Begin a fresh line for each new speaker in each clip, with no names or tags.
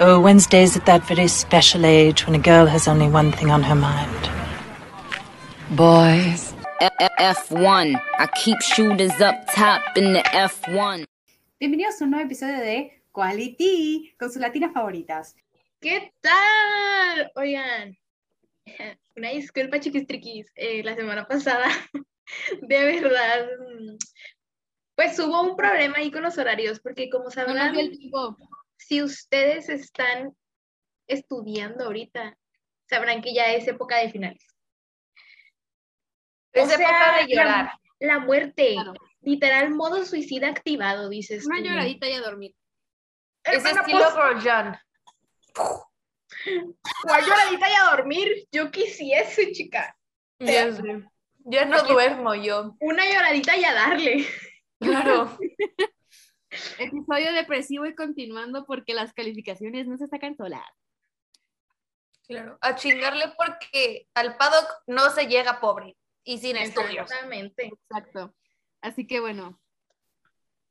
Oh, Wednesday's at that very special age when a girl has only one thing on her mind.
Boys.
F1. I keep shooters up top in the F1.
Bienvenidos a un nuevo episodio de Quality con sus latinas favoritas.
¿Qué tal? Oigan, una disculpa, chiquis triquis. eh, la semana pasada, de verdad, mm, pues hubo un problema ahí con los horarios, porque como
No
sabrán,
nos dio el tiempo.
si ustedes están estudiando ahorita, sabrán que ya es época de finales.
Es época de
la-
llorar.
La, muerte,
Claro.
literal, modo suicida activado, dices.
Una
tú.
lloradita y a dormir.
Es
Hermana,
estilo
pues,
Gorjan.
¿cuál lloradita y a dormir? Yo quisiese, chica.
Ya sé. Ya no duermo yo.
Una lloradita y a darle.
Claro.
Episodio depresivo y continuando porque las calificaciones no se sacan solas.
claro. A chingarle porque al paddock no se llega pobre y sin estudios.
Exactamente.
Exacto. Así que bueno,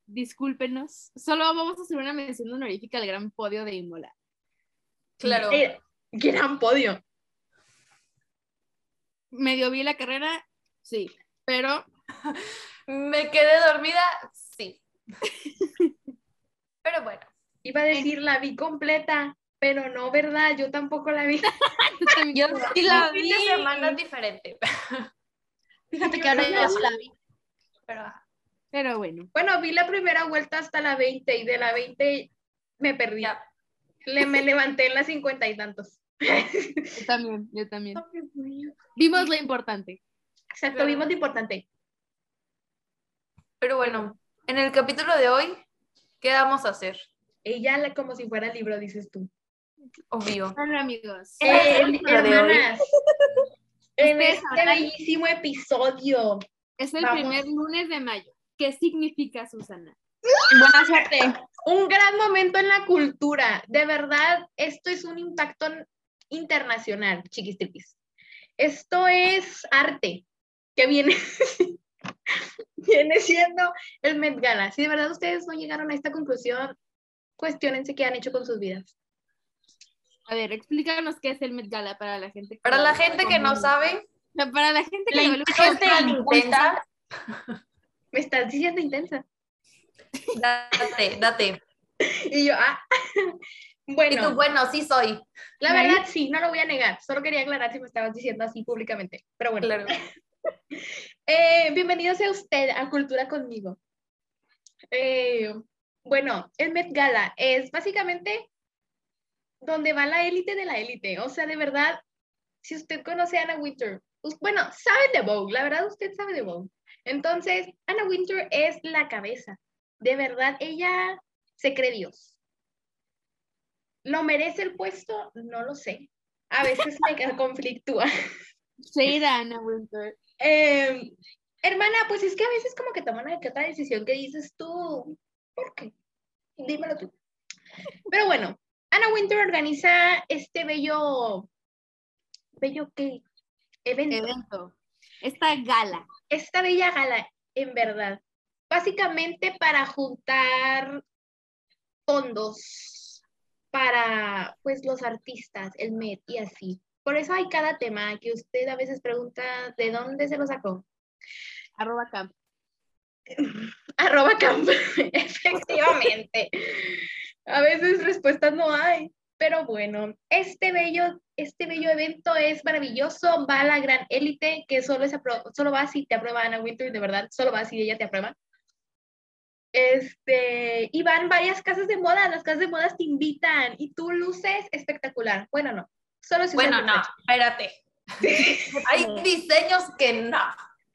discúlpenos. Solo vamos a hacer una mención honorífica al gran podio de Imola.
Claro.
Eh, gran podio.
Medio vi la carrera, sí, pero
Me quedé dormida, sí. Pero bueno.
Iba a decir, la vi completa, pero no, ¿verdad? Yo tampoco la vi.
yo
La fin de semana es diferente.
Fíjate
que ahora ya la
vi.
Pero ajá.
Pero bueno,
Bueno, vi la primera vuelta hasta la 20 y de la 20 me perdí.
Ya.
Le, me levanté en las 50 y tantos.
yo también, yo también. Vimos lo importante.
Exacto, vimos lo importante.
Pero bueno, en el capítulo de hoy, ¿qué vamos a hacer?
Ella la- como si fuera libro, dices tú.
Obvio.
Bueno, amigos.
Eh,
la de hoy.
hermanas, en
Ustedes
este
sabrán.
bellísimo episodio,
Es el
Vamos.
primer lunes de mayo. ¿Qué significa, Susana?
Buena suerte.
un gran momento en la cultura. De verdad, esto es un impacto internacional, chiquistripis. Esto es arte, que viene, viene siendo el Met Gala. Si de verdad ustedes no llegaron a esta conclusión, cuestionense qué han hecho con sus vidas.
A ver, explícanos qué es el Met Gala para la gente. que
Para la
lo-
gente que no sabe,
No, Para la gente que
La
lo-
gente
intensa,
Me estás diciendo intensa.
date, date.
Y yo, ah,
Y tú,
bueno,
bueno, sí soy.
la verdad sí, no lo voy a negar. Solo quería aclarar si me estabas diciendo así públicamente. Pero bueno.
Claro.
Eh, bienvenido sea usted a Cultura conmigo. Eh, bueno, el Met Gala es básicamente donde va la élite de la élite. O sea, de verdad, si usted conoce a Anna Winter, us- bueno, sabe de Vogue, la verdad usted sabe de Vogue. Entonces, Anna Winter es la cabeza. De verdad, ella se cree Dios. ¿Lo merece el puesto? No lo sé. A veces me conflictúa.
Shade a Anna Winter.
Eh, hermana, pues es que a veces como que toman una que otra decisión que dices tú, ¿por qué? Dímelo tú. Pero bueno, Anna Winter organiza este bello, bello qué, evento,
Evento. Esta gala.
esta bella gala, en verdad, básicamente para juntar fondos para pues los artistas, el Met y así. Por eso hay cada tema que usted a veces pregunta de dónde se lo sacó.
Arroba camp.
Arroba camp. Efectivamente. A veces respuestas no hay. Pero bueno, este bello, este bello evento es maravilloso. Va la gran élite que solo, es apro- solo va si te aprueba Ana Winter, de verdad. Solo va si ella te aprueba. Este, y van varias casas de moda. Las casas de modas te invitan y tú luces espectacular. Bueno, no. Solo si usas
Bueno, no,
Versace.
espérate. Hay diseños que no.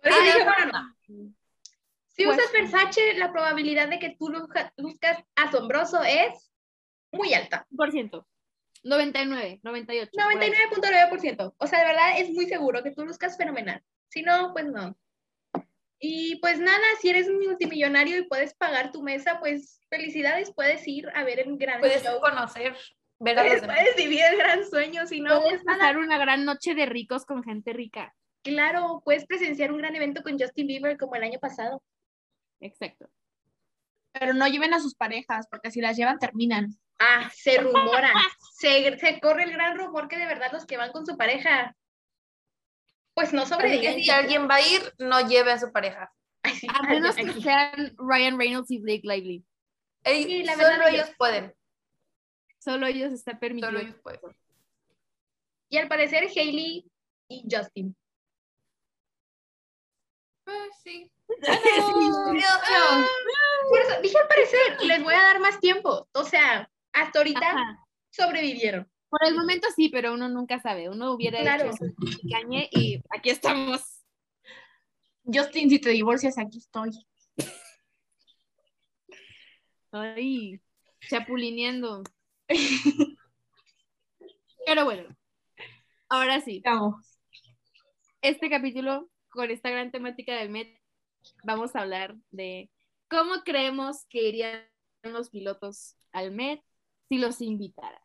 Por eso
Ah,
dije,
no,
bueno, no. Si
Pues-
usas Versace, la probabilidad de que tú luzca- luzcas asombroso es muy alta.
Por ciento. 99, 98. por ahí.
99.9%. O sea, de verdad es muy seguro que tú luzcas fenomenal. Si no, pues no. Y pues nada, si eres multimillonario y puedes pagar tu mesa, pues felicidades, puedes ir a ver el gran
Puedes
show.
conocer, ver a los
Puedes,
demás.
puedes vivir el gran sueño, si no,
Puedes
pues nada.
pasar una gran noche de ricos con gente rica.
Claro, puedes presenciar un gran evento con Justin Bieber como el año pasado.
Exacto.
pero no lleven a sus parejas, porque si las llevan terminan.
Ah, se rumora. Se, se corre el gran rumor que de verdad los que van con su pareja, pues no
Así que
sobreviven.
si alguien va a ir, no lleve a su pareja.
Ay, sí,
A
ay,
menos
aquí.
que sean Ryan Reynolds y Blake Lively.
Ey,
Sí, la
solo
verdad, yo-
ellos pueden.
Solo ellos está permitido.
Solo ellos pueden.
Y al parecer, Hailey y Justin.
Pues sí.
Dios.
Por eso, dije al parecer, les voy a dar más tiempo. O sea, hasta ahorita
Ajá.
sobrevivieron.
Por el momento sí, pero uno nunca sabe. Uno hubiera
Claro.
hecho eso, cañe y aquí estamos.
Justin, si te divorcias, aquí estoy.
Ay, chapulineando. Pero bueno, ahora sí,
Vamos.
este capítulo con esta gran temática del Met, vamos a hablar de cómo creemos que irían los pilotos al Met si los invitaran.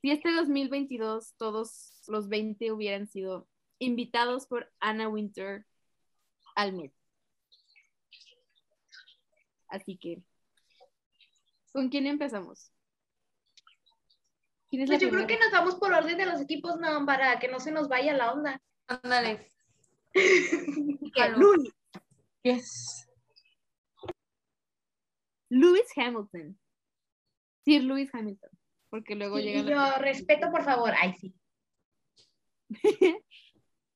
Si este 2022 todos los 20 hubieran sido invitados por Anna Winter al Met. Así que, ¿con quién empezamos? ¿Quién es
Pues
la
yo creo que
primera?
nos vamos por orden de los equipos, no, para que no se nos vaya la onda.
Ándale.
Claro.
Luli. Yes.
Lewis Hamilton. Sir Lewis Hamilton. Porque luego
Sí,
llega.
y
la-
yo respeto, por favor. Ay, sí.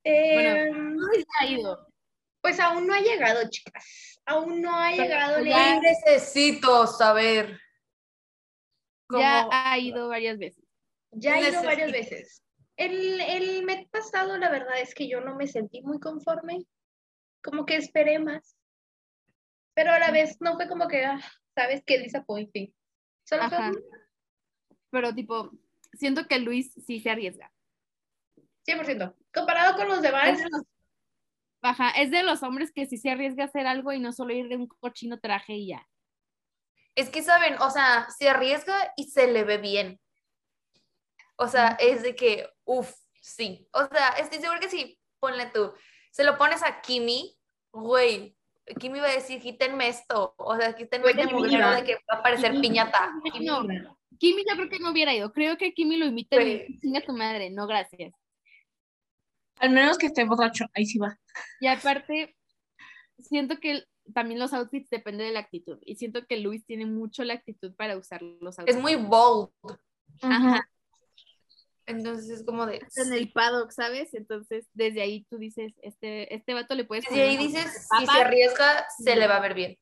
Eh,
Lewis ha ido.
Pues aún no ha llegado, chicas. Aún no ha llegado.
pues
Yo
Leo.
necesito saber. Como
Ya ha ido varias veces.
Ya he ido
Necesito.
varias veces. El, el mes pasado, la verdad es que yo no me sentí muy conforme. Como que esperé más. Pero a
Mm.
la vez no fue como que, ah, sabes que disappointing. Solo fue,
Ajá.
mm,
Pero tipo, siento que Luis sí se arriesga.
100%. Comparado con los demás,
Es de los- Ajá, es de los hombres que sí se arriesga a hacer algo y no solo ir de un cochino traje y ya.
Es que saben, o sea, se arriesga y se le ve bien. O sea, es de que, uff, sí. O sea, estoy seguro que sí, ponle tú. Se lo pones a Kimi, güey. Kimi va a decir, quítenme esto. O sea, quítenme
Güey,
este
Kimi
momento
va.
de que va a parecer piñata.
No, Kimi yo creo que no hubiera ido. Creo que Kimi lo imita y le
Pues-
dice, chinga tu madre. No, gracias.
Al menos que esté borracho. Ahí sí va.
Y aparte, siento que el- también los outfits depende de la actitud. Y siento que Luis tiene mucho la actitud para usar los outfits.
Es muy bold.
Ajá,
Entonces es como de.
en el paddock, ¿sabes? Entonces, desde ahí tú dices, este, este vato le puedes...
Y ahí
poner-
dices, si se arriesga, se le va a ver bien.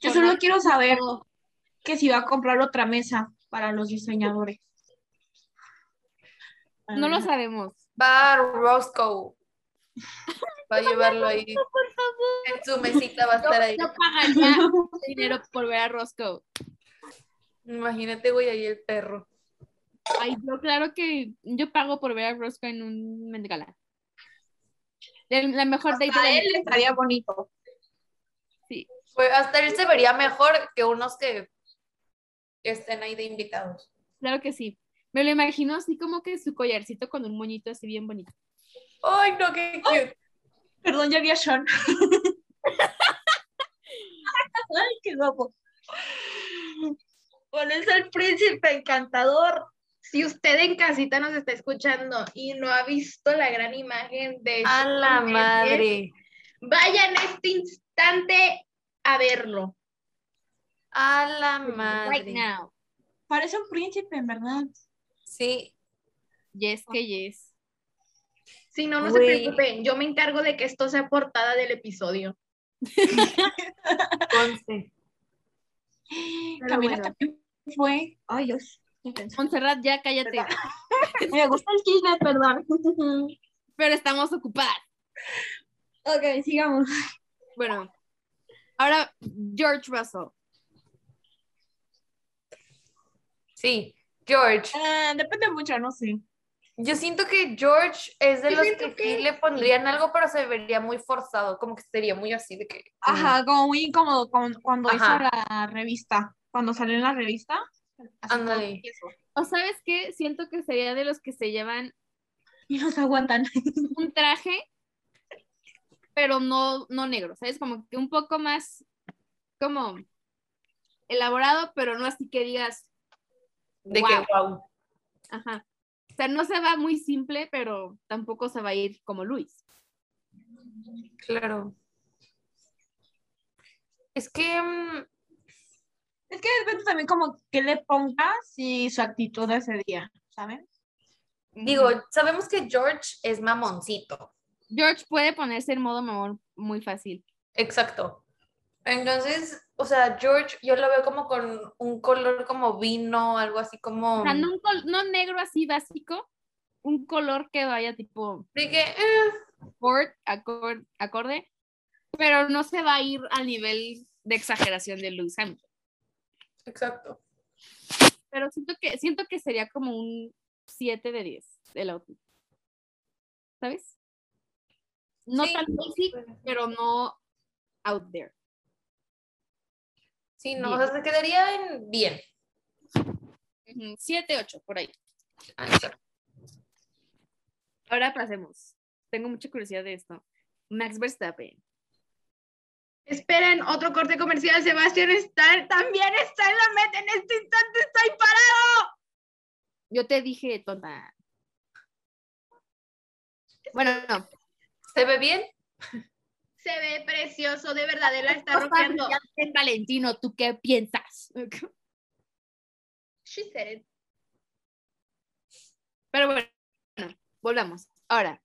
Yo
Con
solo
la-
quiero saber que si va a comprar otra mesa para los diseñadores.
No lo sabemos.
Va a Roscoe. Va a llevarlo ahí. En su mesita va a estar ahí.
No pagaría dinero por ver a Roscoe.
Imagínate, güey, ahí el perro.
Ay, yo claro que yo pago por ver a Roscoe en un Mendegala. La mejor date de la
A él le estaría bonito.
Fue- hasta él se vería mejor que unos que, que estén ahí de invitados.
Claro que sí. Me lo imagino así como que su collarcito con un moñito así bien bonito.
Ay, no, qué cute.
Perdón, ya vi a Sean. Ay, qué guapo. Bueno, es el príncipe encantador.
si usted en casita nos está escuchando y no ha visto la gran imagen de...
Ah.
A la madre.
Vaya en este instante a verlo.
A la
Right
madre.
now.
Parece un príncipe, en verdad.
Sí.
Yes que yes.
Si no, no se
Güey.
preocupen. Yo me encargo de que esto sea portada del episodio.
Conste.
Camila
bueno.
también fue. Ay, Dios. qué intenso.
Montserrat, ya cállate.
Me gusta el chisme, perdón.
Pero estamos ocupadas.
ok, sigamos.
Bueno. Ahora, George Russell.
Sí. George.
Eh, depende mucho, no sé.
Yo siento que George es de
Yo
los
siento
que, sí le pondrían algo, pero se vería muy forzado, como que sería muy así de que.
Ajá, como muy incómodo con- cuando
Ajá.
hizo la revista. Cuando salió en la revista. así como
Ándale.
que eso.
¿O sabes qué? Siento que sería de los que se llevan
Y los aguantan.
un traje, pero no, no negro, ¿sabes? Como que un poco más como elaborado, pero no así que digas,
mm, De
Guau.
que, wow.
ajá. O sea, no se va muy simple, pero tampoco se va a ir como Luis.
Claro. Es que mm,
Es que depende también como que le pongas y su actitud de ese día, ¿saben?
Digo, sabemos que George es mamoncito.
George puede ponerse en modo mamón muy fácil.
Exacto. Entonces, o sea, George, yo lo veo como con un color como vino, algo así como.
O sea, no, un col- no negro así básico, un color que vaya tipo
de que, eh,
acorde, acorde, acorde, pero no se va a ir al nivel de exageración de Lewis Hamilton.
exacto.
Pero siento que, siento que sería como un 7 de 10 el outfit. ¿Sabes? No
Sí.
tan basic, pero no out there.
Sí, no, o sea, se quedaría en bien.
7, 8, por ahí.
Ah, exacto.
Ahora pasemos. Tengo mucha curiosidad de esto. Max Verstappen.
Esperen, otro corte comercial. Sebastián está, también está en la meta. En este instante está ahí parado.
Yo te dije, tonta. Bueno, no.
¿Se ve bien?
Se ve precioso, de verdad. Él la está
Está
rompiendo.
brillante, Valentino, ¿tú qué piensas?
She said it.
Pero bueno, bueno, volvamos. Ahora,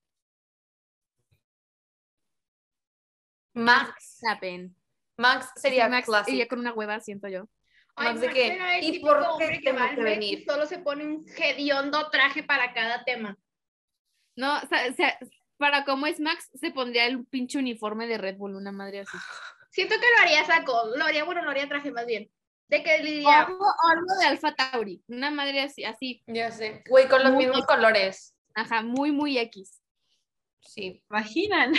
Max.
Verstappen.
Max sería
Max
clásico.
iría con una hueva, siento yo.
Ay,
No sé
Max
qué.
era el
¿Y
típico
por qué
hombre que
tengo
va al
que
Met y
venir?
Solo se pone un hediondo traje para cada tema.
No, o sea, o sea, para cómo es Max, se pondría el pinche uniforme de Red Bull, una madre así.
Siento que lo haría saco. Lo haría, bueno, lo haría traje más bien. De que le
O
diría,
algo, o algo de Alfa Tauri, una madre así, así,
Ya sé. Güey, con los
Muy
mismos colores.
ajá, muy, muy X.
Sí.
Imaginan.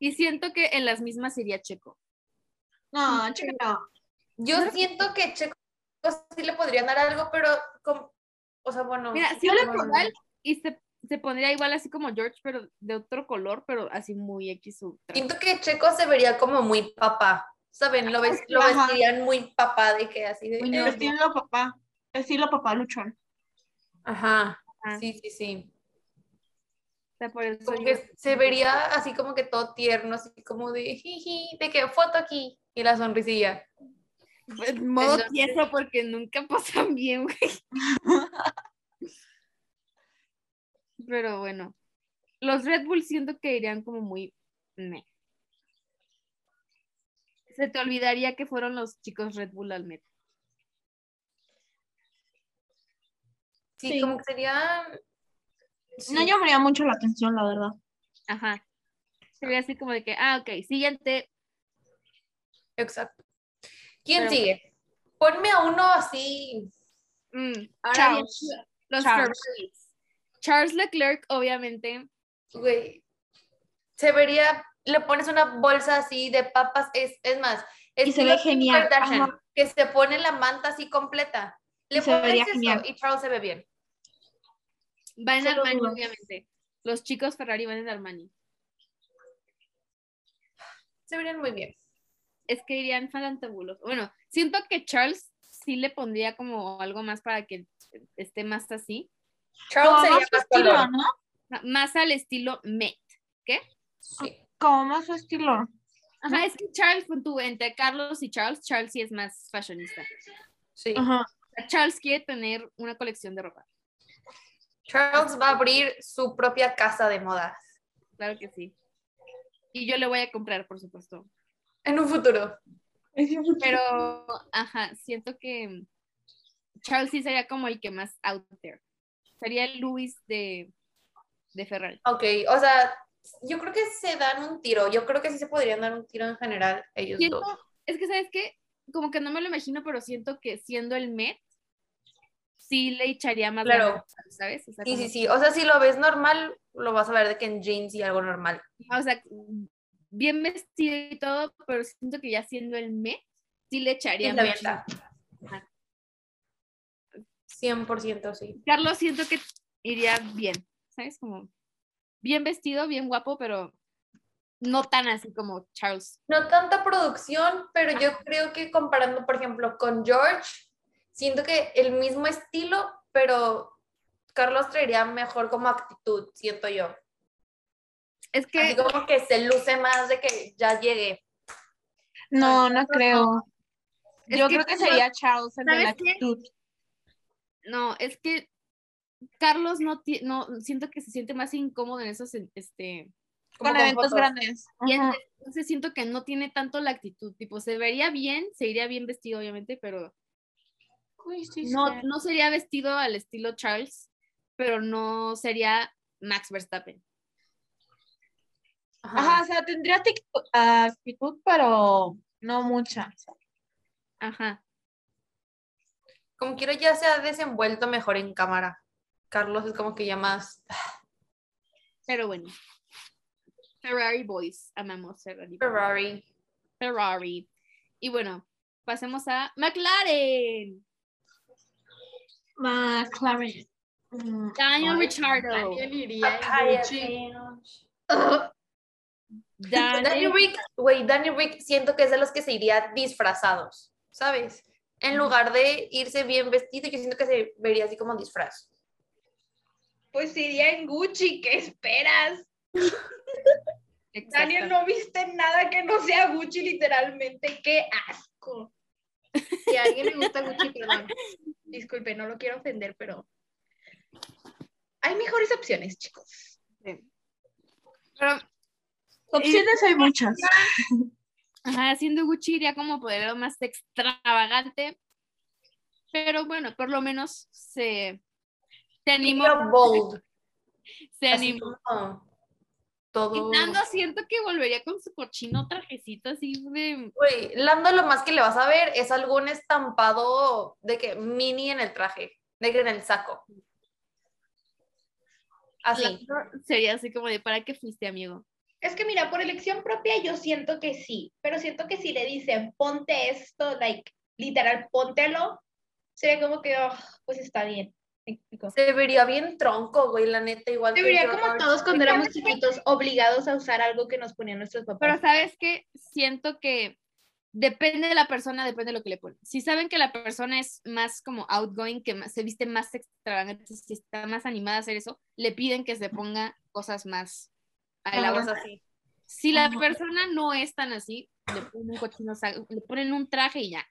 Y siento que en las mismas iría Checo.
No, chica, no.
Yo siento que Checo sí le podrían dar algo, pero. con- o sea, bueno.
Mira, si
yo
yo le igual y se, se pondría igual así como George, pero de otro color, pero así muy X su traje.
Siento que Checo se vería como muy papá. ¿Saben? Lo, ves- lo
Ajá.
vestirían muy papá de que así de.
Muy
eh,
noble.
Estilo papá. Estilo papá luchón.
Ajá.
Ajá.
Sí, sí, sí.
O sea, por eso
Como
yo-
que se vería así como que todo tierno, así como de jiji, de que foto aquí y la sonrisilla.
En modo
Entonces-
tieso porque nunca pasan bien, güey. Pero bueno, los Red Bull siento que irían como muy meh. Se te olvidaría que fueron los chicos Red Bull al Met.
Sí,
Sí.
como que sería. sí.
No llamaría mucho la atención, la verdad.
Ajá. Sería así como de que, ah, ok, siguiente.
Exacto. ¿Quién
Pero-
sigue? Ponme a uno así.
Mm, ahora
Charles.
vienen los
Charles.
Ferraris. Charles Leclerc, obviamente.
Güey. Se vería, le pones una bolsa así de papas, es, es más,
Y se
estilo
ve
Kim
genial,
Kardashian,
ajá.
que se pone la manta así completa. Le
Y se
pones
vería
eso
genial.
y Charles se ve bien.
Van en
Solo
Armani,
dudas.
obviamente. Los chicos Ferrari van en Armani.
Se verían muy bien.
es que irían fantabulos. Bueno, siento que Charles sí le pondría como algo más para que esté más así,
Charles
Como
sería
más su
más
estilo,
color.
¿no?
más al estilo Met.
Sí.
Como más su estilo.
Ajá, es que Charles, pon tú, entre Carlos y Charles, Charles sí es más fashionista.
sí.
Ajá.
O sea, Charles quiere tener una colección de ropa,
Charles va a abrir su propia casa de moda
claro que sí. Y yo le voy a comprar, por supuesto.
en un futuro.
Pero, ajá, siento que Charles sí sería como el que más out there. Sería el Luis de, de Ferrari.
Ok, o sea, yo creo que se dan un tiro. Yo creo que sí se podrían dar un tiro en general ellos
Siento-
dos.
es que, ¿sabes qué? Como que no me lo imagino, pero siento que siendo el Met, sí le echaría más
Claro.
ganas, ¿sabes? O sea,
Sí,
como-
sí, sí. O sea, si lo ves normal, lo vas a ver de que en jeans y algo normal.
o sea, bien vestido y todo, pero siento que ya siendo el Met, sí le echaría
Y la
más
venta. 100% sí.
Carlos siento que iría bien, ¿sabes? Como bien vestido, bien guapo, pero no tan así como Charles.
No tanta producción, pero yo creo que comparando, por ejemplo, con George, siento que el mismo estilo, pero Carlos traería mejor como actitud, siento yo.
Es
Así
que
como que se luce más de que ya llegué.
No, no creo.
Es
Yo
que
creo que
no-
sería Charles el de la
¿Sabes qué?
actitud.
no, es que Carlos no, ti- no siento que se siente más incómodo en esos este
Con eventos grandes.
Y
Ajá.
entonces siento que no tiene tanto la actitud, tipo, se vería bien, se iría bien vestido, obviamente, pero no, no sería vestido al estilo Charles, pero no sería Max Verstappen.
Ajá, o sea, tendría tic- actitud, pero no mucha.
Ajá.
Como quiero ya se ha desenvuelto mejor en cámara. Carlos es como que ya más
Pero bueno. Ferrari Boys, amamos Ferrari. Boys.
Ferrari.
Ferrari. Y bueno, pasemos a McLaren.
McLaren. Mm,
Daniel Ricciardo.
Daniel iría en Gucci.
Cállate. Danny
Daniel
Rick, güey, Danny Rick siento que es de los que se iría disfrazados, ¿sabes? En lugar de irse bien vestido, yo siento que se vería así como disfraz.
Pues iría en Gucci, ¿qué esperas?
Exacto.
Daniel no viste nada que no sea Gucci, literalmente. ¡Qué asco! Si a alguien le gusta Gucci, perdón. Disculpe, no lo quiero ofender, pero. Hay mejores opciones, chicos.
Pero,
Opciones hay muchas.
ajá, haciendo Gucci iría como por algo más extravagante. Pero bueno, por lo menos se, se animó.
Pero bold.
Se
así
animó.
como Todo.
Y Nando siento que volvería con su cochino trajecito así de...
Güey, Lando lo más que le vas a ver es algún estampado de que mini en el traje, de que en el saco. Así.
Sería así como de, ¿para qué fuiste, amigo?
Es que mira, por elección propia yo siento que sí, pero siento que si le dicen ponte esto, like, literal, póntelo, sería como que, "Oh, pues está bien. ¿Me explico?
Se vería bien tronco, güey, la neta, igual que
Debería como
George.
todos cuando éramos chiquitos obligados a usar algo que nos ponían nuestros papás.
Pero sabes que siento que depende de la persona, depende de lo que le ponen. Si saben que la persona es más como outgoing, que más- se viste más extravagante, si está más animada a hacer eso, le piden que se ponga cosas más a la
Algo
hora.
así.
Si la persona no es tan así, le ponen un cochino saco- le ponen un traje y ya.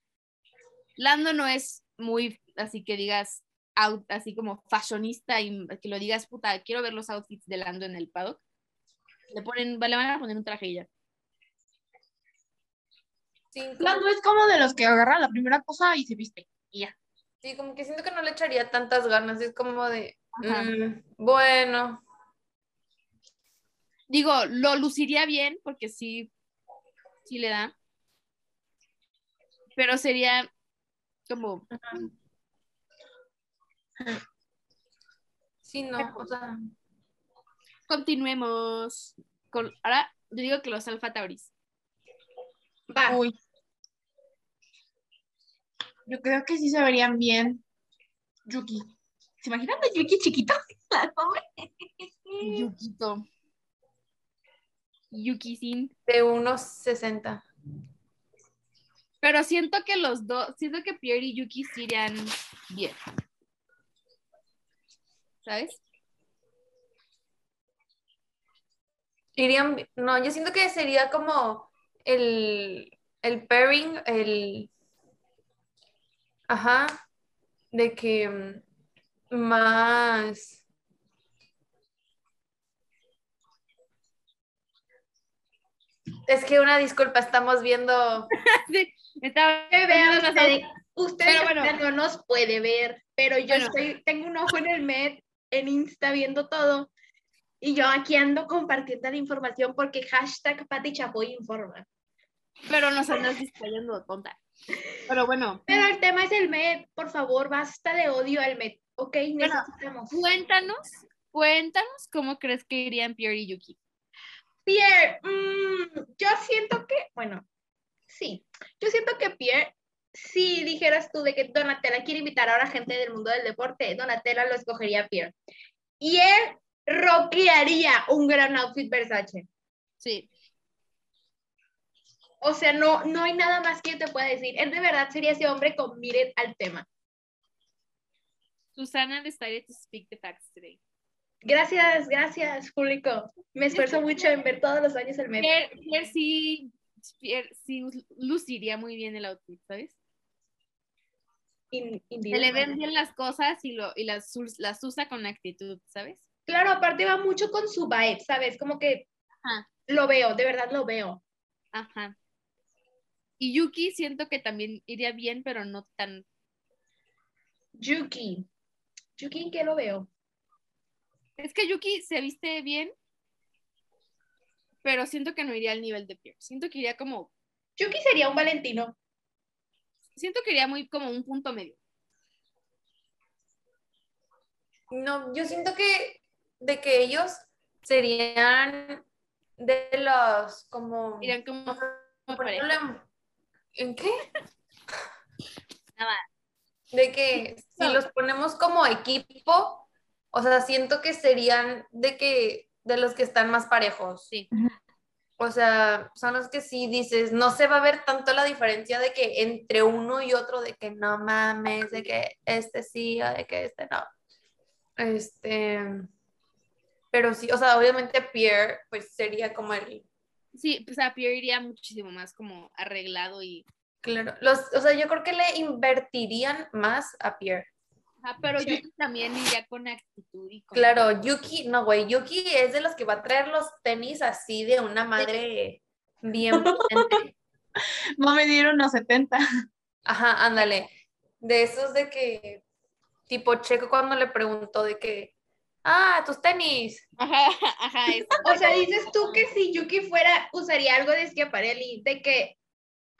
Lando no es muy, así que digas, out- así como fashionista y que lo digas, puta, quiero ver los outfits de Lando en el paddock. Le ponen, le van a poner un traje y ya.
Sí, como-
Lando es como de los que agarra la primera cosa y se viste.
Sí, como que siento que no le echaría tantas ganas, es como de,
Ajá.
mm, bueno,
Digo, lo luciría bien porque sí, sí le da. Pero sería como,
sí, no, o sea,
continuemos. Con, ahora yo digo que los Alfa Tauris.
Va.
Uy. Yo creo que sí se verían bien. Yuki. ¿Se imaginan a Yuki chiquita? La pobre.
Yukito. Yukisin.
de unos 60.
Pero siento que los dos, siento que Pierre y Yuki sí irían bien. ¿Sabes?
Irían, bi- no, yo siento que sería como el, el pairing, el, ajá, de que mm, más, es que una disculpa, estamos viendo,
Estaba
Que vean
viendo los
ustedes, ustedes
Pero bueno.
ahorita no nos puede ver, pero yo
Bueno.
estoy, tengo un ojo en el Met, en Insta viendo todo. Y yo aquí ando compartiendo la información porque hashtag Pati Chapoy informa.
Pero nos andas distrayendo, tonta. Pero bueno,
Pero el tema es el Met, por favor, basta de odio al Met, ¿ok?
Bueno,
Necesitamos.
cuéntanos, cuéntanos cómo crees que irían Pierre y Yuki.
Pierre, mm, yo siento que, bueno, sí, yo siento que Pierre, si dijeras tú de que Donatella quiere invitar ahora gente del mundo del deporte, Donatella lo escogería a Pierre. Y él rockearía un gran outfit Versace.
Sí.
O sea, no, no hay nada más que yo te pueda decir. Él de verdad sería ese hombre con miren al tema.
Susana decided to speak the facts today.
Gracias, gracias, público. Me esfuerzo mucho en ver todos los años el mes.
Fer, Fer sí, Fer sí luciría muy bien el outfit, ¿sabes?
In- in-
Se le ven bien las cosas y, lo, y las, us- las usa con actitud, ¿sabes?
Claro, aparte va mucho con su vibe, ¿sabes? Como que
Ajá.
lo veo, de verdad lo veo.
Ajá. Y Yuki siento que también iría bien, pero no tan...
Yuki. Yuki, ¿en qué lo veo?
Es que Yuki se viste bien, pero siento que no iría al nivel de Pierre. Siento que iría como...
Yuki sería un Valentino.
Siento que iría muy como un punto medio.
No, yo siento que de que ellos serían de los como
Irían como...
o sea,
como
por
pareja.
ejemplo, en, ¿en qué?
Nada.
De que si
No.
los ponemos como equipo, o sea, siento que serían de que de los que están más parejos.
Sí.
O sea, son los que sí dices, no se va a ver tanto la diferencia de que entre uno y otro, de que no mames, de que este sí o de que este no. Este, pero sí, o sea, obviamente Pierre, pues sería como el,
Sí, pues a Pierre iría muchísimo más como arreglado y...
claro, los, o sea, yo creo que le invertirían más a Pierre.
Ajá, pero Yuki también iría con actitud y con...
Claro, Yuki, no, güey, Yuki es de los que va a traer los tenis así de una madre bien potente.
No me dieron los 70.
Ajá, ándale. De esos de que, tipo Checo cuando le preguntó de que, ah, tus tenis.
Ajá, ajá, eso.
O sea, dices tú que si Yuki fuera, usaría algo de Schiaparelli, de que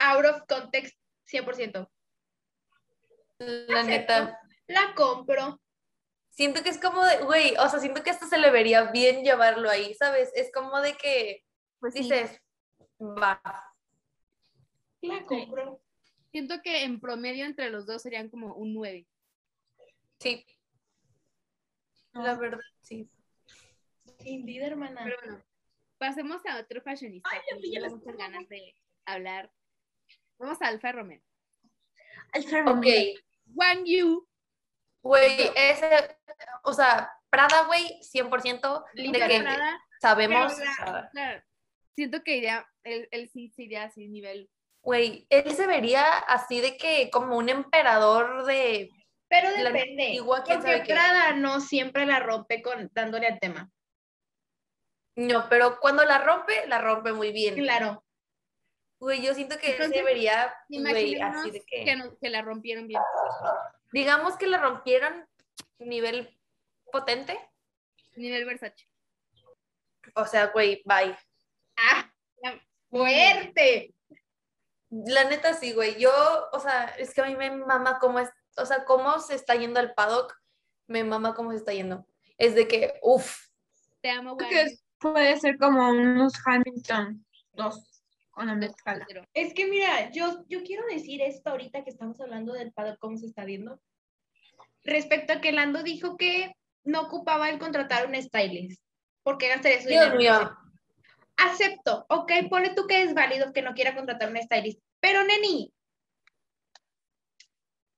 out of context 100%.
La neta.
La compro.
Siento que es como de, güey, o sea, siento que hasta se le vería bien llevarlo ahí, ¿sabes? Es como de que
Pues sí.
dices, va.
La compro.
Siento que en promedio entre los dos serían como un 9.
Sí. La verdad, sí.
Sin vida, hermana.
Pero bueno, pasemos a otro fashionista. que
ya
tengo
las
muchas ganas de hablar. Vamos a Alfa Romeo.
Ok,
Wang Yu,
güey, ese, o sea, Prada, güey, 100% de
Linda
que
Prada,
sabemos.
pero la-
o sea,
claro, siento que iría, él, él sí se iría así nivel.
Güey, él se vería así de que como un emperador de
Pero
La
depende.
antigua, quién
porque
sabe qué.
Prada no siempre la rompe con, dándole al tema.
No, pero cuando la rompe, la rompe muy bien.
Claro.
Güey, yo siento que él se
Entonces,
vería, güey,
Imaginémonos
así de que...
que, no- que la rompieron bien.
Digamos que la rompieron nivel potente.
Nivel Versace.
O sea, güey, bye.
¡Ah! ¡Fuerte!
La neta sí, güey. Yo, o sea, es que a mí me mama cómo es, o sea, cómo se está yendo al paddock. Me mama cómo se está yendo. Es de que, uff,
Te amo, Wang
Creo que
Yu.
puede ser como unos Hamilton 2 con la mezcala.
Pero
Es que mira, yo, yo quiero decir esto ahorita que estamos hablando del paddock, cómo se está viendo. Respecto a que Lando dijo que no ocupaba el contratar un stylist, porque gastaría su
Dios
dinero.
mío.
Acepto, ok, pone tú que es válido que no quiera contratar un stylist, pero Neni,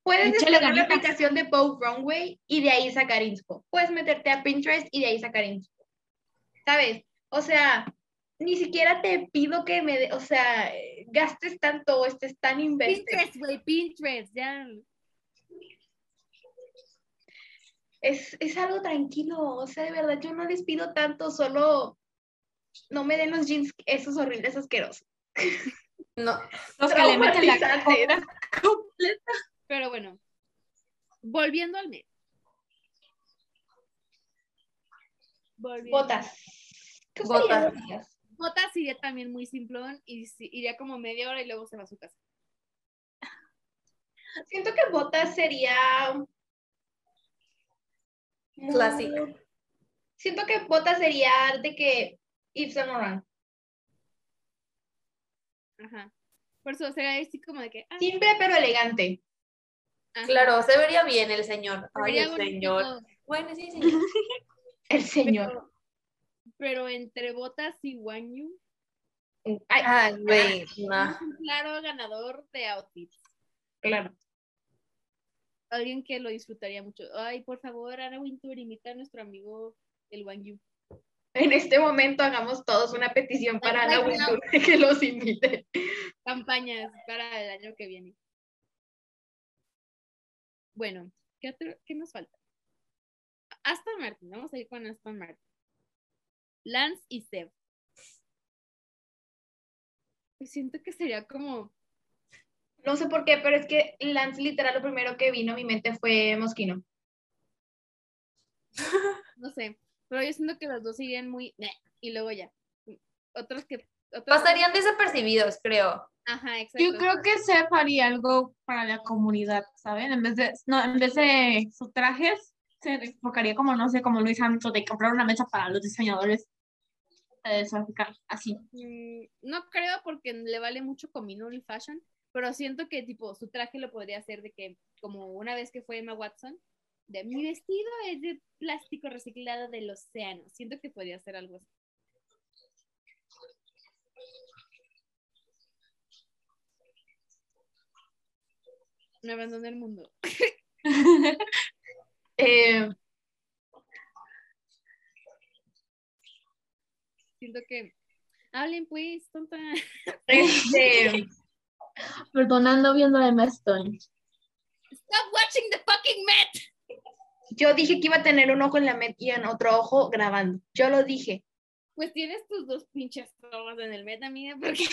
puedes
Échale
descargar la
ganitas.
aplicación de Bow Runway y de ahí sacar inspo. Puedes meterte a Pinterest y de ahí sacar inspo. ¿Sabes? O sea, ni siquiera te pido que me, dé- o sea, eh, gastes tanto o estés tan invertido.
Pinterest, güey, Pinterest, ya.
Es, es algo tranquilo, o sea, de verdad, yo no les pido tanto, solo no me den los jeans esos horribles, asquerosos.
No,
Los que le meten la
Traumatizante, era
Pero bueno, volviendo al mes. Volviendo.
Botas. ¿Qué
Botas.
usarían los días?
Botas iría también muy simplón y si- iría como media hora y luego se va a su casa.
Siento que botas sería. muy-
Clásico.
Siento que botas sería de que Yves Saint Laurent.
Ajá. Por eso sería así como de que. ah,
Simple pero elegante.
ajá.
claro, se vería bien el señor. Ay,
Sería
el
bonito,
señor. Bueno, sí, señor.
El señor.
Pero, pero entre botas y Wanyu,
Ay,
Ay, güey, no.
Un claro ganador de outfits.
claro.
Alguien que lo disfrutaría mucho. Ay, por favor, Ana Wintour, invita a nuestro amigo el Wang Yu.
En este momento hagamos todos una petición para Ana Wintour que los invite.
Campañas para el año que viene. Bueno, ¿qué, otro- qué nos falta? Aston Martin, vamos a ir con Aston Martin. Lance y Seb. Pues siento que sería como
No sé por qué, pero es que Lance literal lo primero que vino a mi mente fue Mosquino.
no sé, pero yo siento que los dos irían muy "Meh", y luego ya. Otros que otros-
Pasarían desapercibidos, creo.
Ajá, exacto.
Yo creo que Seth haría algo para la comunidad, ¿saben? En vez de, no, en vez de sus trajes, se enfocaría como, no sé, como Luis Hamilton, de comprar una mesa para los diseñadores de Sudáfrica, así.
Mm, No creo porque le vale mucho comino el fashion, pero siento que tipo su traje lo podría hacer de que como una vez que fue Emma Watson, de mi vestido es de plástico reciclado del océano. Siento que podría hacer algo así. Me abandoné el mundo.
Eh,
Siento que hablen pues, tonta.
este,
Perdonando viendo a Emma Stone.
Stop watching the fucking Met.
yo dije que iba a tener un ojo en la Met y en otro ojo grabando. Yo lo dije.
Pues tienes tus dos pinches ojos en el Met, amiga, porque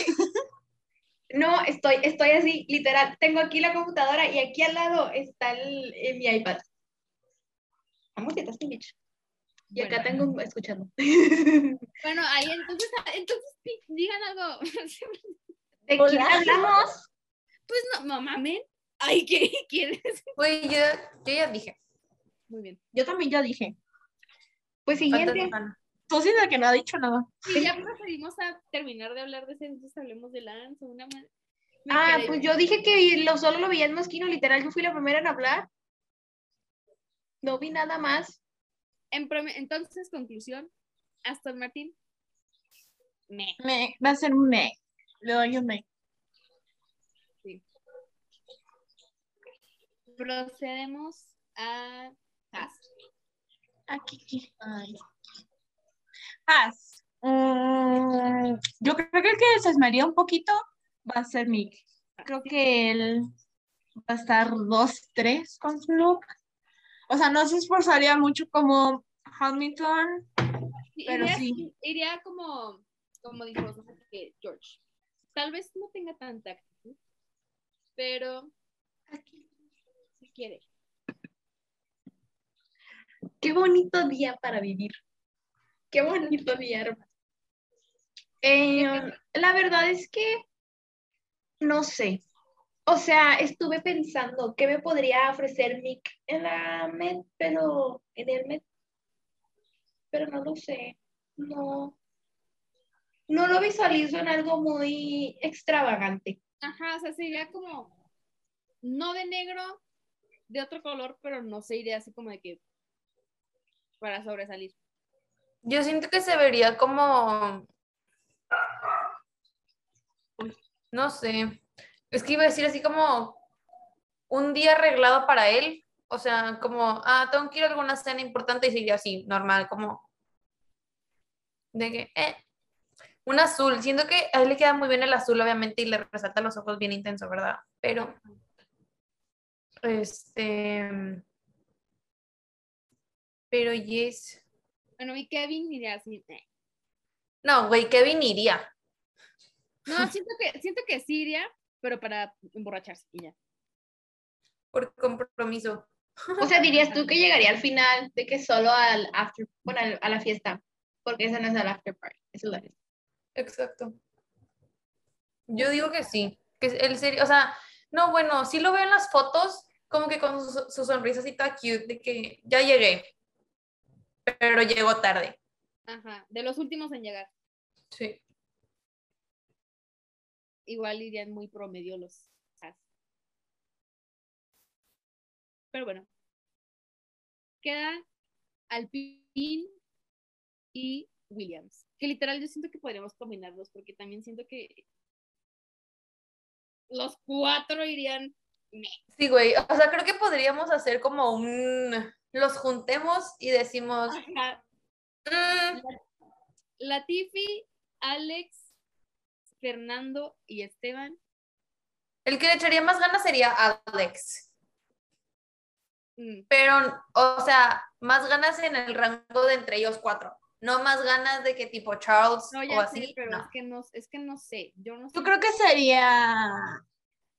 No, estoy, estoy así, literal. Tengo aquí la computadora y aquí al lado está el, eh, mi iPad. Vamos, ya estás bien hecho. Y acá
Bueno.
tengo un- escuchando.
Bueno, ahí entonces, ah, entonces sí, digan algo. Pues
¿De quién hablamos?
no, no mamen. Ay, ¿qué quieres?
Güey, yo, yo ya dije.
Muy bien.
Yo también ya dije.
Pues
Falta
siguiente.
Susana.
Tú sí la que no ha dicho nada.
Y ya procedimos a terminar de hablar de ese, entonces hablemos de Lance o una más. Me
Ah,
quedé-
pues yo dije que lo, solo lo veía en Mosquino, literal, yo fui la primera en hablar. No vi nada más.
en prom- entonces, conclusión, Aston Martin. Me.
Me, va a ser un me. Le doy un me.
Procedemos a Haas.
Aquí, aquí. Ay. Paz. Mm, yo creo que el que desesmaría un poquito va a ser Mick. Creo que él va a estar 2-3 con su look. O sea, no se esforzaría mucho como Hamilton.
Sí,
Pero
iría,
sí.
iría como, como dijo o sea, que George. Tal vez no tenga tanta actitud, pero si quiere.
Qué bonito día para vivir. Qué bonito día, hermano. Eh, la verdad es que no sé. O sea, estuve pensando qué me podría ofrecer Nick en la Met, pero en el Met. Pero no lo sé. No. No lo visualizo en algo muy extravagante.
Ajá, o sea, sería como no de negro, de otro color, pero no se iría así como de que para sobresalir.
Yo siento que se vería como. No sé. Es que iba a decir así como un día arreglado para él. O sea, como, ah, tengo que ir a alguna cena importante y sería así, normal, como. De que, eh. Un azul. Siento que a él le queda muy bien el azul, obviamente, y le resalta los ojos bien intenso, ¿verdad? Pero. Este. Pero yes.
Bueno, y Kevin iría así. eh.
No, güey, Kevin iría.
No, siento que, siento que sí iría, pero para emborracharse y ya.
Por compromiso.
O sea, dirías tú que llegaría al final de que solo al after, bueno, al- a la fiesta, porque esa no es el after party, es la
Exacto. Yo digo que sí. Que él sería, o sea, no, bueno, sí lo veo en las fotos, como que con su, su sonrisa así toda cute, de que ya llegué. Pero llegó tarde.
Ajá, de los últimos en llegar.
Sí.
Igual irían muy promedio los Haas. Pero bueno. Queda Alpine y Williams. Que literal yo siento que podríamos combinarlos porque también siento que los cuatro irían
Sí, güey. O sea, creo que podríamos hacer como un... Los juntemos y decimos...
a
mm,
Latifi, Alex, Fernando y Esteban.
el que le echaría más ganas sería Alex.
Mm,
Pero, o sea, más ganas en el rango de entre ellos cuatro. No más ganas de que tipo Charles
No,
o
ya
así.
sé, pero
no.
es que no, es que no sé. Yo no sé.
Yo creo que sería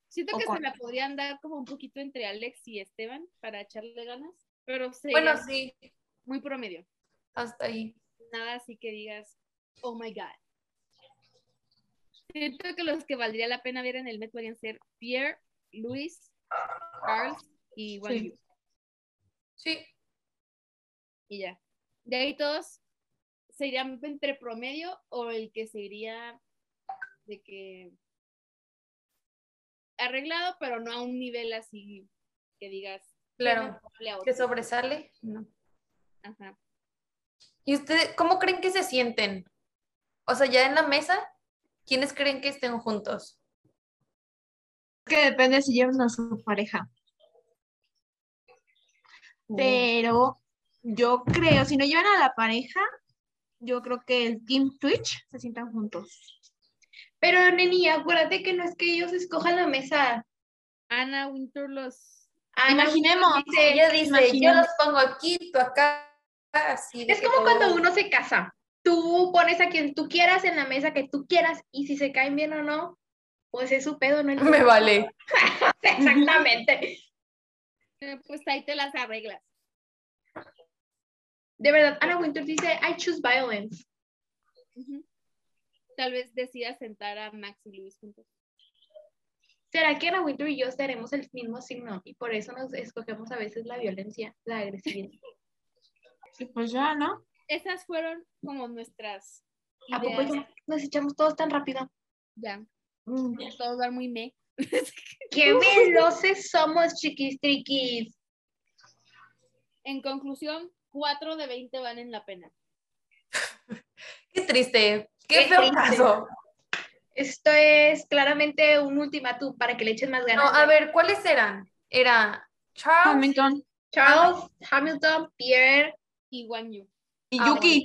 Siento que se
Ocon.
la podrían dar como un poquito entre Alex y Esteban para echarle ganas, pero se
Bueno, sí,
muy promedio.
hasta ahí.
Nada así que digas, oh my god. Siento que los que valdría la pena ver en el Met podrían ser Pierre, Luis, Charles y Wang
Sí.
Yu,
Sí,
Y ya. De ahí todos serían entre promedio o el que sería de que arreglado, pero no a un nivel así que digas.
claro.
"Híjole, a
Que
otro".
sobresale. No.
Ajá.
¿Y ustedes cómo creen que se sienten? O sea, ya en la mesa, ¿quiénes creen que estén juntos?
que depende si llevan a su pareja. Pero yo creo, si no llevan a la pareja, yo creo que el Team Twitch se sientan juntos.
Pero, Neni, acuérdate que no es que ellos escojan la mesa. Ah,
Ana Winter los.
Ana
Imaginemos.
dice-
Ella dice, yo
imagínate.
los pongo aquí, tú acá, así. de
Es
que
como cuando
todo-
uno se casa. Tú pones a quien tú quieras en la mesa que tú quieras y si se caen bien o no, pues es su pedo, no es
Me vale.
Exactamente.
Eh, Pues ahí te las arreglas.
De verdad, Ana Winter dice, I choose violence.
Ujú. Tal vez decidas sentar a Max y Luis juntos.
¿Será que Ana Winter y yo seremos el mismo signo y por eso nos escogemos a veces la violencia, la agresividad?
Y pues ya, ¿no?
Esas fueron como nuestras
¿A poco
ideas.
ya nos echamos todos tan rápido?
Ya,
Mm.
todos van muy me.
¡Qué veloces somos, chiquis triquis!
En conclusión, 4 de 20 van en la pena.
Qué triste. Qué,
Qué
feo
triste.
caso.
Esto es claramente un ultimátum para que le echen más
No,
ganas.
a ver, ¿cuáles eran? Era Charles,
Hamilton
Charles, Hamilton, Pierre,
Y Wang Yu.
y
Ah,
Yuki.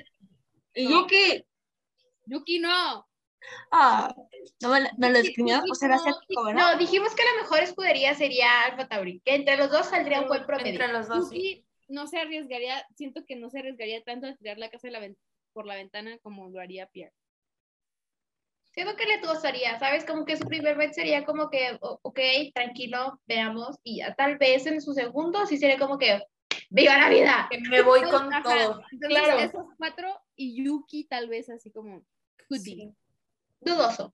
Y
No.
Yuki.
Yuki, no.
Ah, no, me la- no lo discriminamos por ser
Yuki, no,
asiático, ¿verdad?
No, dijimos que la mejor escudería sería Alfa Tauri, que entre los dos saldría un buen promedio.
Mm, entre los dos. sí.
Yuki no se arriesgaría, siento que no se arriesgaría tanto a tirar la casa de la ven- por la ventana como lo haría Pierre.
Siento que le gozaría, ¿sabes? Como que su primer bet sería como que, o- ok, tranquilo, veamos, y ya tal vez en su segundo sí sería como que, ¡viva la vida!
Que Me voy con
Ajá.
todo.
Entonces,
Claro.
esos cuatro y Yuki tal vez así como could be.
Sí. Dudoso.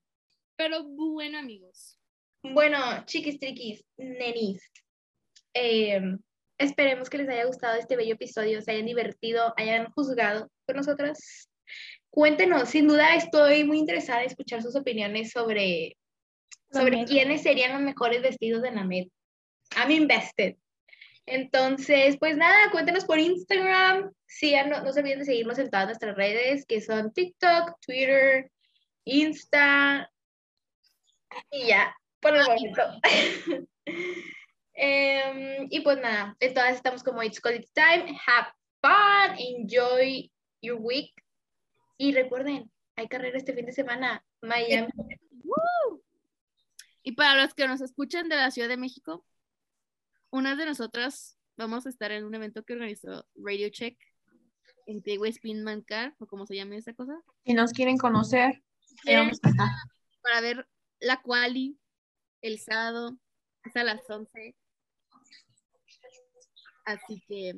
Pero bueno, amigos.
Bueno, chiquis, triquis, nenis. eh, esperemos que les haya gustado este bello episodio, se hayan divertido, hayan juzgado con nosotras. Cuéntenos, sin duda estoy muy interesada en escuchar sus opiniones sobre,
La
sobre
Met.
quiénes serían los mejores vestidos de Named. I'm invested. Entonces, pues nada, cuéntenos por Instagram. Síganos, no se olviden de seguirnos en todas nuestras redes, que son TikTok, Twitter, Insta. Y ya, por
Ah,
el momento. Em, y pues nada, en todas estamos como It's College Time. Have fun, enjoy your week. Y recuerden, hay carrera este fin de semana. Miami.
Y para los que nos escuchan de la Ciudad de México, unas de nosotras vamos a estar en un evento que organizó Radio Check en Speed Spinman Car, o como se llame esa cosa,
Si nos quieren conocer, ahí vamos a estar.
para ver la quali el sábado, es a las 11. Así que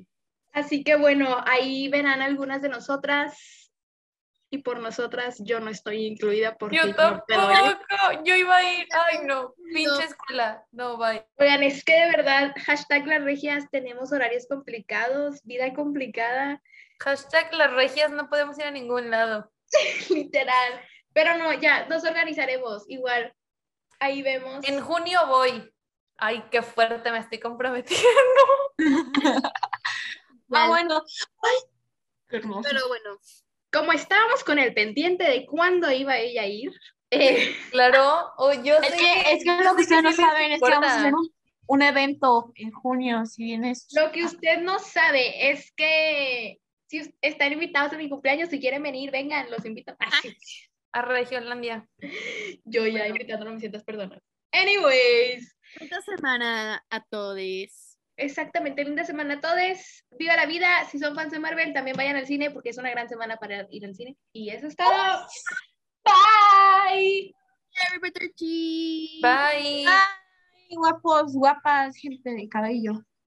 Así que bueno, ahí verán algunas de nosotras. Y por nosotras, yo no estoy incluida porque
Yo
no puedo ir.
tampoco. Yo iba a ir. Ay, no. Pinche escuela. No, bye.
Oigan, es que de verdad, hashtag las regias, tenemos horarios complicados, vida complicada.
Hashtag las regias no podemos ir a ningún lado.
Literal. Pero no, ya, nos organizaremos. Igual, ahí vemos.
En junio voy. Ay, qué fuerte, me estoy comprometiendo.
Ah, bueno. Ay, qué hermoso.
Pero bueno,
como estábamos con el pendiente de cuándo iba ella a ir, eh,
Claro, o yo
Es
sé-
que, es que lo
sí,
que ustedes no
sí les
saben es que vamos a
importa.
hacer un, un evento en junio, si vienes.
lo que usted no sabe es que si us- están invitados a mi cumpleaños, si quieren venir, vengan, los invito. Ay, sí.
a Regiolandia.
Yo ya
Bueno.
gritando, no me sientas perdona. Anyways,
Esta semana a todos.
exactamente, linda semana a todos. Viva la vida. Si son fans de Marvel, también vayan al cine porque es una gran semana para ir al cine. Y eso es todo. Bye.
Everybody.
Bye.
Ay, guapos, guapas, gente de cabello.